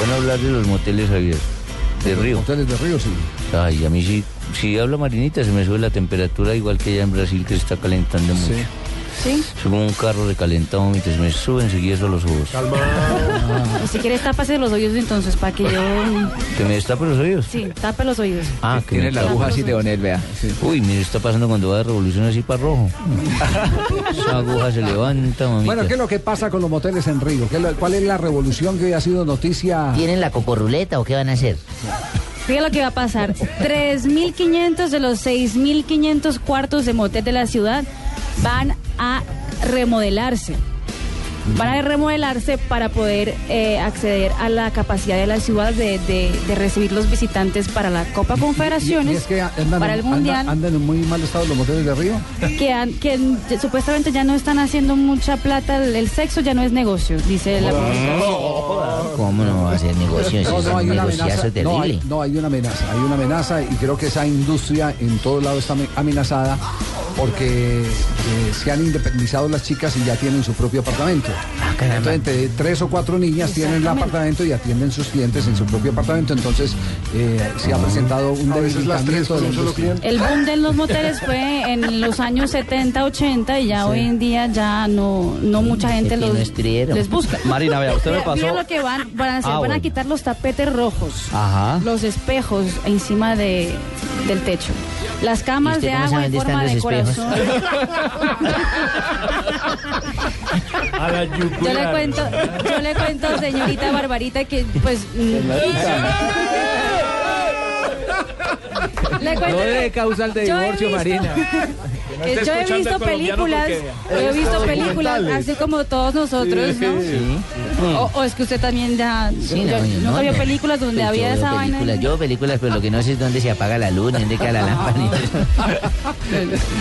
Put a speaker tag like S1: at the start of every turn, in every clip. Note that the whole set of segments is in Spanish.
S1: Van a hablar de los moteles abiertos. De río.
S2: Moteles de río, sí.
S1: Ay, a mí sí. Si hablo marinita, se me sube la temperatura igual que allá en Brasil, que se está calentando mucho.
S2: Sí.
S3: ¿Sí?
S1: Soy como un carro recalentado, mientras me suben seguidas a los ojos.
S2: Calma.
S4: Ah. Si quieres, tápase los oídos entonces, para que yo...
S1: ¿Que me destapen los oídos?
S4: Sí, tapa los oídos.
S1: Ah, que me
S5: Tiene la
S1: tapa.
S5: aguja así leonel, vea.
S1: Uy, mire, está pasando cuando va de revolución así para rojo. Esa aguja se levanta, mamita.
S2: Bueno, ¿qué es lo que pasa con los moteles en Río? ¿Qué es lo- ¿Cuál es la revolución que hoy ha sido noticia?
S6: ¿Tienen la cocorruleta o qué van a hacer?
S4: Fíjate lo que va a pasar. 3.500 de los 6.500 cuartos de motel de la ciudad van a remodelarse. Van a remodelarse para poder eh, acceder a la capacidad de la ciudad de, de- de recibir los visitantes para la Copa Confederaciones,
S2: Y es que andan,
S4: para el
S2: andan-
S4: Mundial,
S2: andan en muy mal estado los moteles de Río.
S4: que, han- que ya- supuestamente ya no están haciendo mucha plata, el, el sexo ya no es negocio, dice la
S6: ¿Cómo no va a hacer negocio? Eso
S2: No,
S6: es
S2: no, hay
S6: un
S2: una
S6: negociazo
S2: amenaza. No
S6: terrible.
S2: hay, no, hay una amenaza. Hay una amenaza y creo que esa industria en todo lado está ame- amenazada porque eh, se han independizado las chicas y ya tienen su propio apartamento.
S5: Ah,
S2: Entonces, entre tres o cuatro niñas tienen el apartamento y atienden sus clientes en su propio apartamento. Entonces, eh, se ha presentado un debilitamiento de la industria.
S4: El boom de los moteles fue en los años 70, 80 y ya hoy en día ya no, no
S5: Mm,
S4: mucha gente
S6: pino
S4: los,
S6: estriero.
S4: les busca.
S5: Marina, vea, usted me
S4: Mira, mira
S5: pasó.
S4: lo que van, van a hacer,
S5: Ah,
S4: van a
S5: bueno.
S4: quitar los tapetes rojos,
S5: Ajá.
S4: los espejos encima de, del techo, las
S6: ¿Y
S4: camas
S6: usted
S4: de
S6: cómo
S4: agua
S6: sabe
S4: en
S6: dónde
S4: forma de
S6: están los
S4: corazón. Yo le cuento, yo le cuento, señorita Barbarita, que pues... mm, Le cuento
S5: No
S4: que-
S5: le causa el
S4: yo he
S5: divorcio,
S4: visto-
S5: Marina.
S4: Eh, yo he visto películas, he visto películas, así como todos nosotros, ¿no? O, o es que usted también ya,
S6: Sí,
S4: yo
S6: no, yo
S4: nunca
S6: no,
S4: vio
S6: no.
S4: películas donde
S6: Yo
S4: había
S6: veo
S4: esa vaina.
S6: películas, Yo veo películas, pero lo que no sé es dónde se apaga la luz, ni dónde queda la lámpara.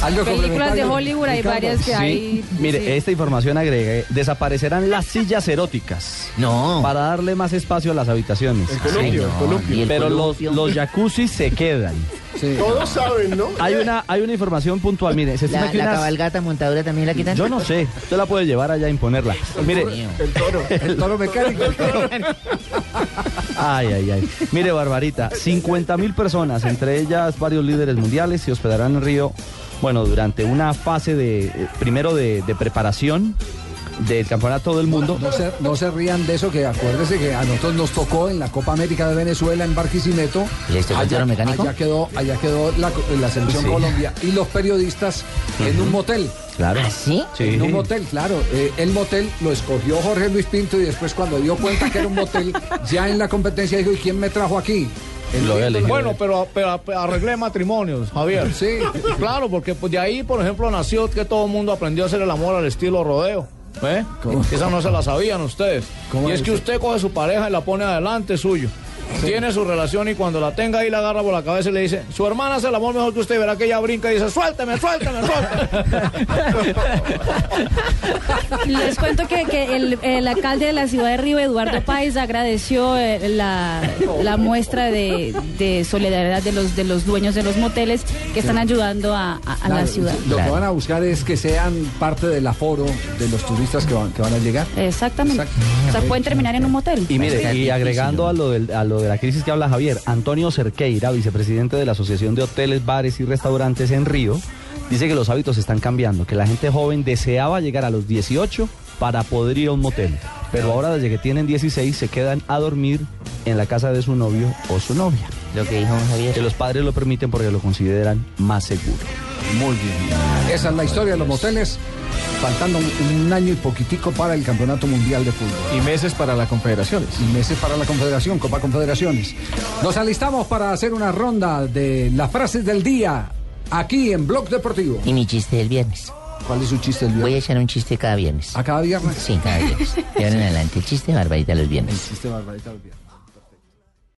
S2: Algo
S4: Películas de
S2: complementario.
S4: Hollywood hay varias que hay.
S5: Mire,
S4: sí.
S5: esta información agregué. Desaparecerán las sillas eróticas
S6: No.
S5: para darle más espacio a las habitaciones.
S6: Ay, no, ni el
S5: Pero los,
S6: columpio.
S5: los jacuzzis se quedan.
S2: Sí.
S5: Hay una, hay una información puntual. Mire, se estima
S6: La,
S5: que
S6: la
S5: unas-
S6: cabalgata montadora también la quitan.
S5: Yo no sé. Usted la puede llevar allá a imponerla. Mire,
S6: Mío.
S2: El toro mecánico.
S5: Ay, ay, ay. Mire, Barbarita, 50 mil personas, entre ellas varios líderes mundiales, se hospedarán en Río, bueno, durante una fase de, eh, primero de, de preparación del campeonato del mundo.
S2: No se, no se rían de eso, que acuérdese que a nosotros nos tocó en la Copa América de Venezuela en Barquisimeto.
S6: ¿Y ahí está el
S2: allá,
S6: toro mecánico?
S2: allá quedó, allá quedó la, la selección
S5: Sí.
S2: Colombia y los periodistas en un motel.
S5: Claro.
S6: ¿Ah, sí?
S5: Sí.
S2: En un motel, claro. Eh, el motel lo escogió Jorge Luis Pinto y después cuando dio cuenta que era un motel, ya en la competencia dijo, ¿y quién me trajo aquí? El
S5: Lo había
S2: Pinto-
S5: elegido.
S7: pues, Bueno, pero, pero arreglé matrimonios, Javier.
S2: Sí.
S7: Claro, porque pues, de ahí, por ejemplo, nació que todo el mundo aprendió a hacer el amor al estilo rodeo. ¿eh?
S2: ¿Cómo?
S7: Esa no se la sabían ustedes.
S2: ¿Cómo
S7: y es
S2: es
S7: que
S2: eso?
S7: usted coge su pareja y la pone adelante suyo. Tiene su relación y cuando la tenga ahí la agarra por la cabeza y le dice, su hermana hace el amor mejor que usted, y verá que ella brinca y dice, suélteme, suélteme, suélteme.
S4: Les cuento que, que el, el alcalde de la ciudad de Río, Eduardo Páez, agradeció eh, la, la muestra de, de solidaridad de los, de los dueños de los moteles que están ayudando a, a- a la
S2: Claro,
S4: ciudad.
S2: Lo que van a buscar es que sean parte del aforo de los turistas que van, que van a llegar.
S4: Exactamente.
S2: Exacto.
S4: O sea, pueden terminar en un motel.
S5: Y mire, y
S6: difícil,
S5: agregando a lo, del- a lo de la crisis que habla Javier, Antonio Cerqueira, vicepresidente de la Asociación de Hoteles, Bares y Restaurantes en Río, dice que los hábitos están cambiando, que la gente joven deseaba llegar a los 18 para poder ir a un motel, pero ahora desde que tienen 16 se quedan a dormir en la casa de su novio o su novia,
S6: Lo que dijo
S5: que
S6: Javier.
S5: los padres lo permiten porque lo consideran más seguro.
S2: Muy bien. Esa es la historia de los moteles, faltando un un año y poquitico para el Campeonato Mundial de Fútbol.
S7: Y meses para las confederaciones.
S2: Y meses para la Confederación, Copa Confederaciones. Nos alistamos para hacer una ronda de las frases del día aquí en Blog Deportivo.
S6: Y mi chiste del viernes.
S2: ¿Cuál es su chiste del
S6: viernes? Voy a echar un chiste cada viernes.
S4: Ah.
S2: ¿A cada viernes?
S6: Sí, cada viernes. De ahora en adelante, el chiste de barbarita los viernes.
S2: El chiste barbarita los viernes.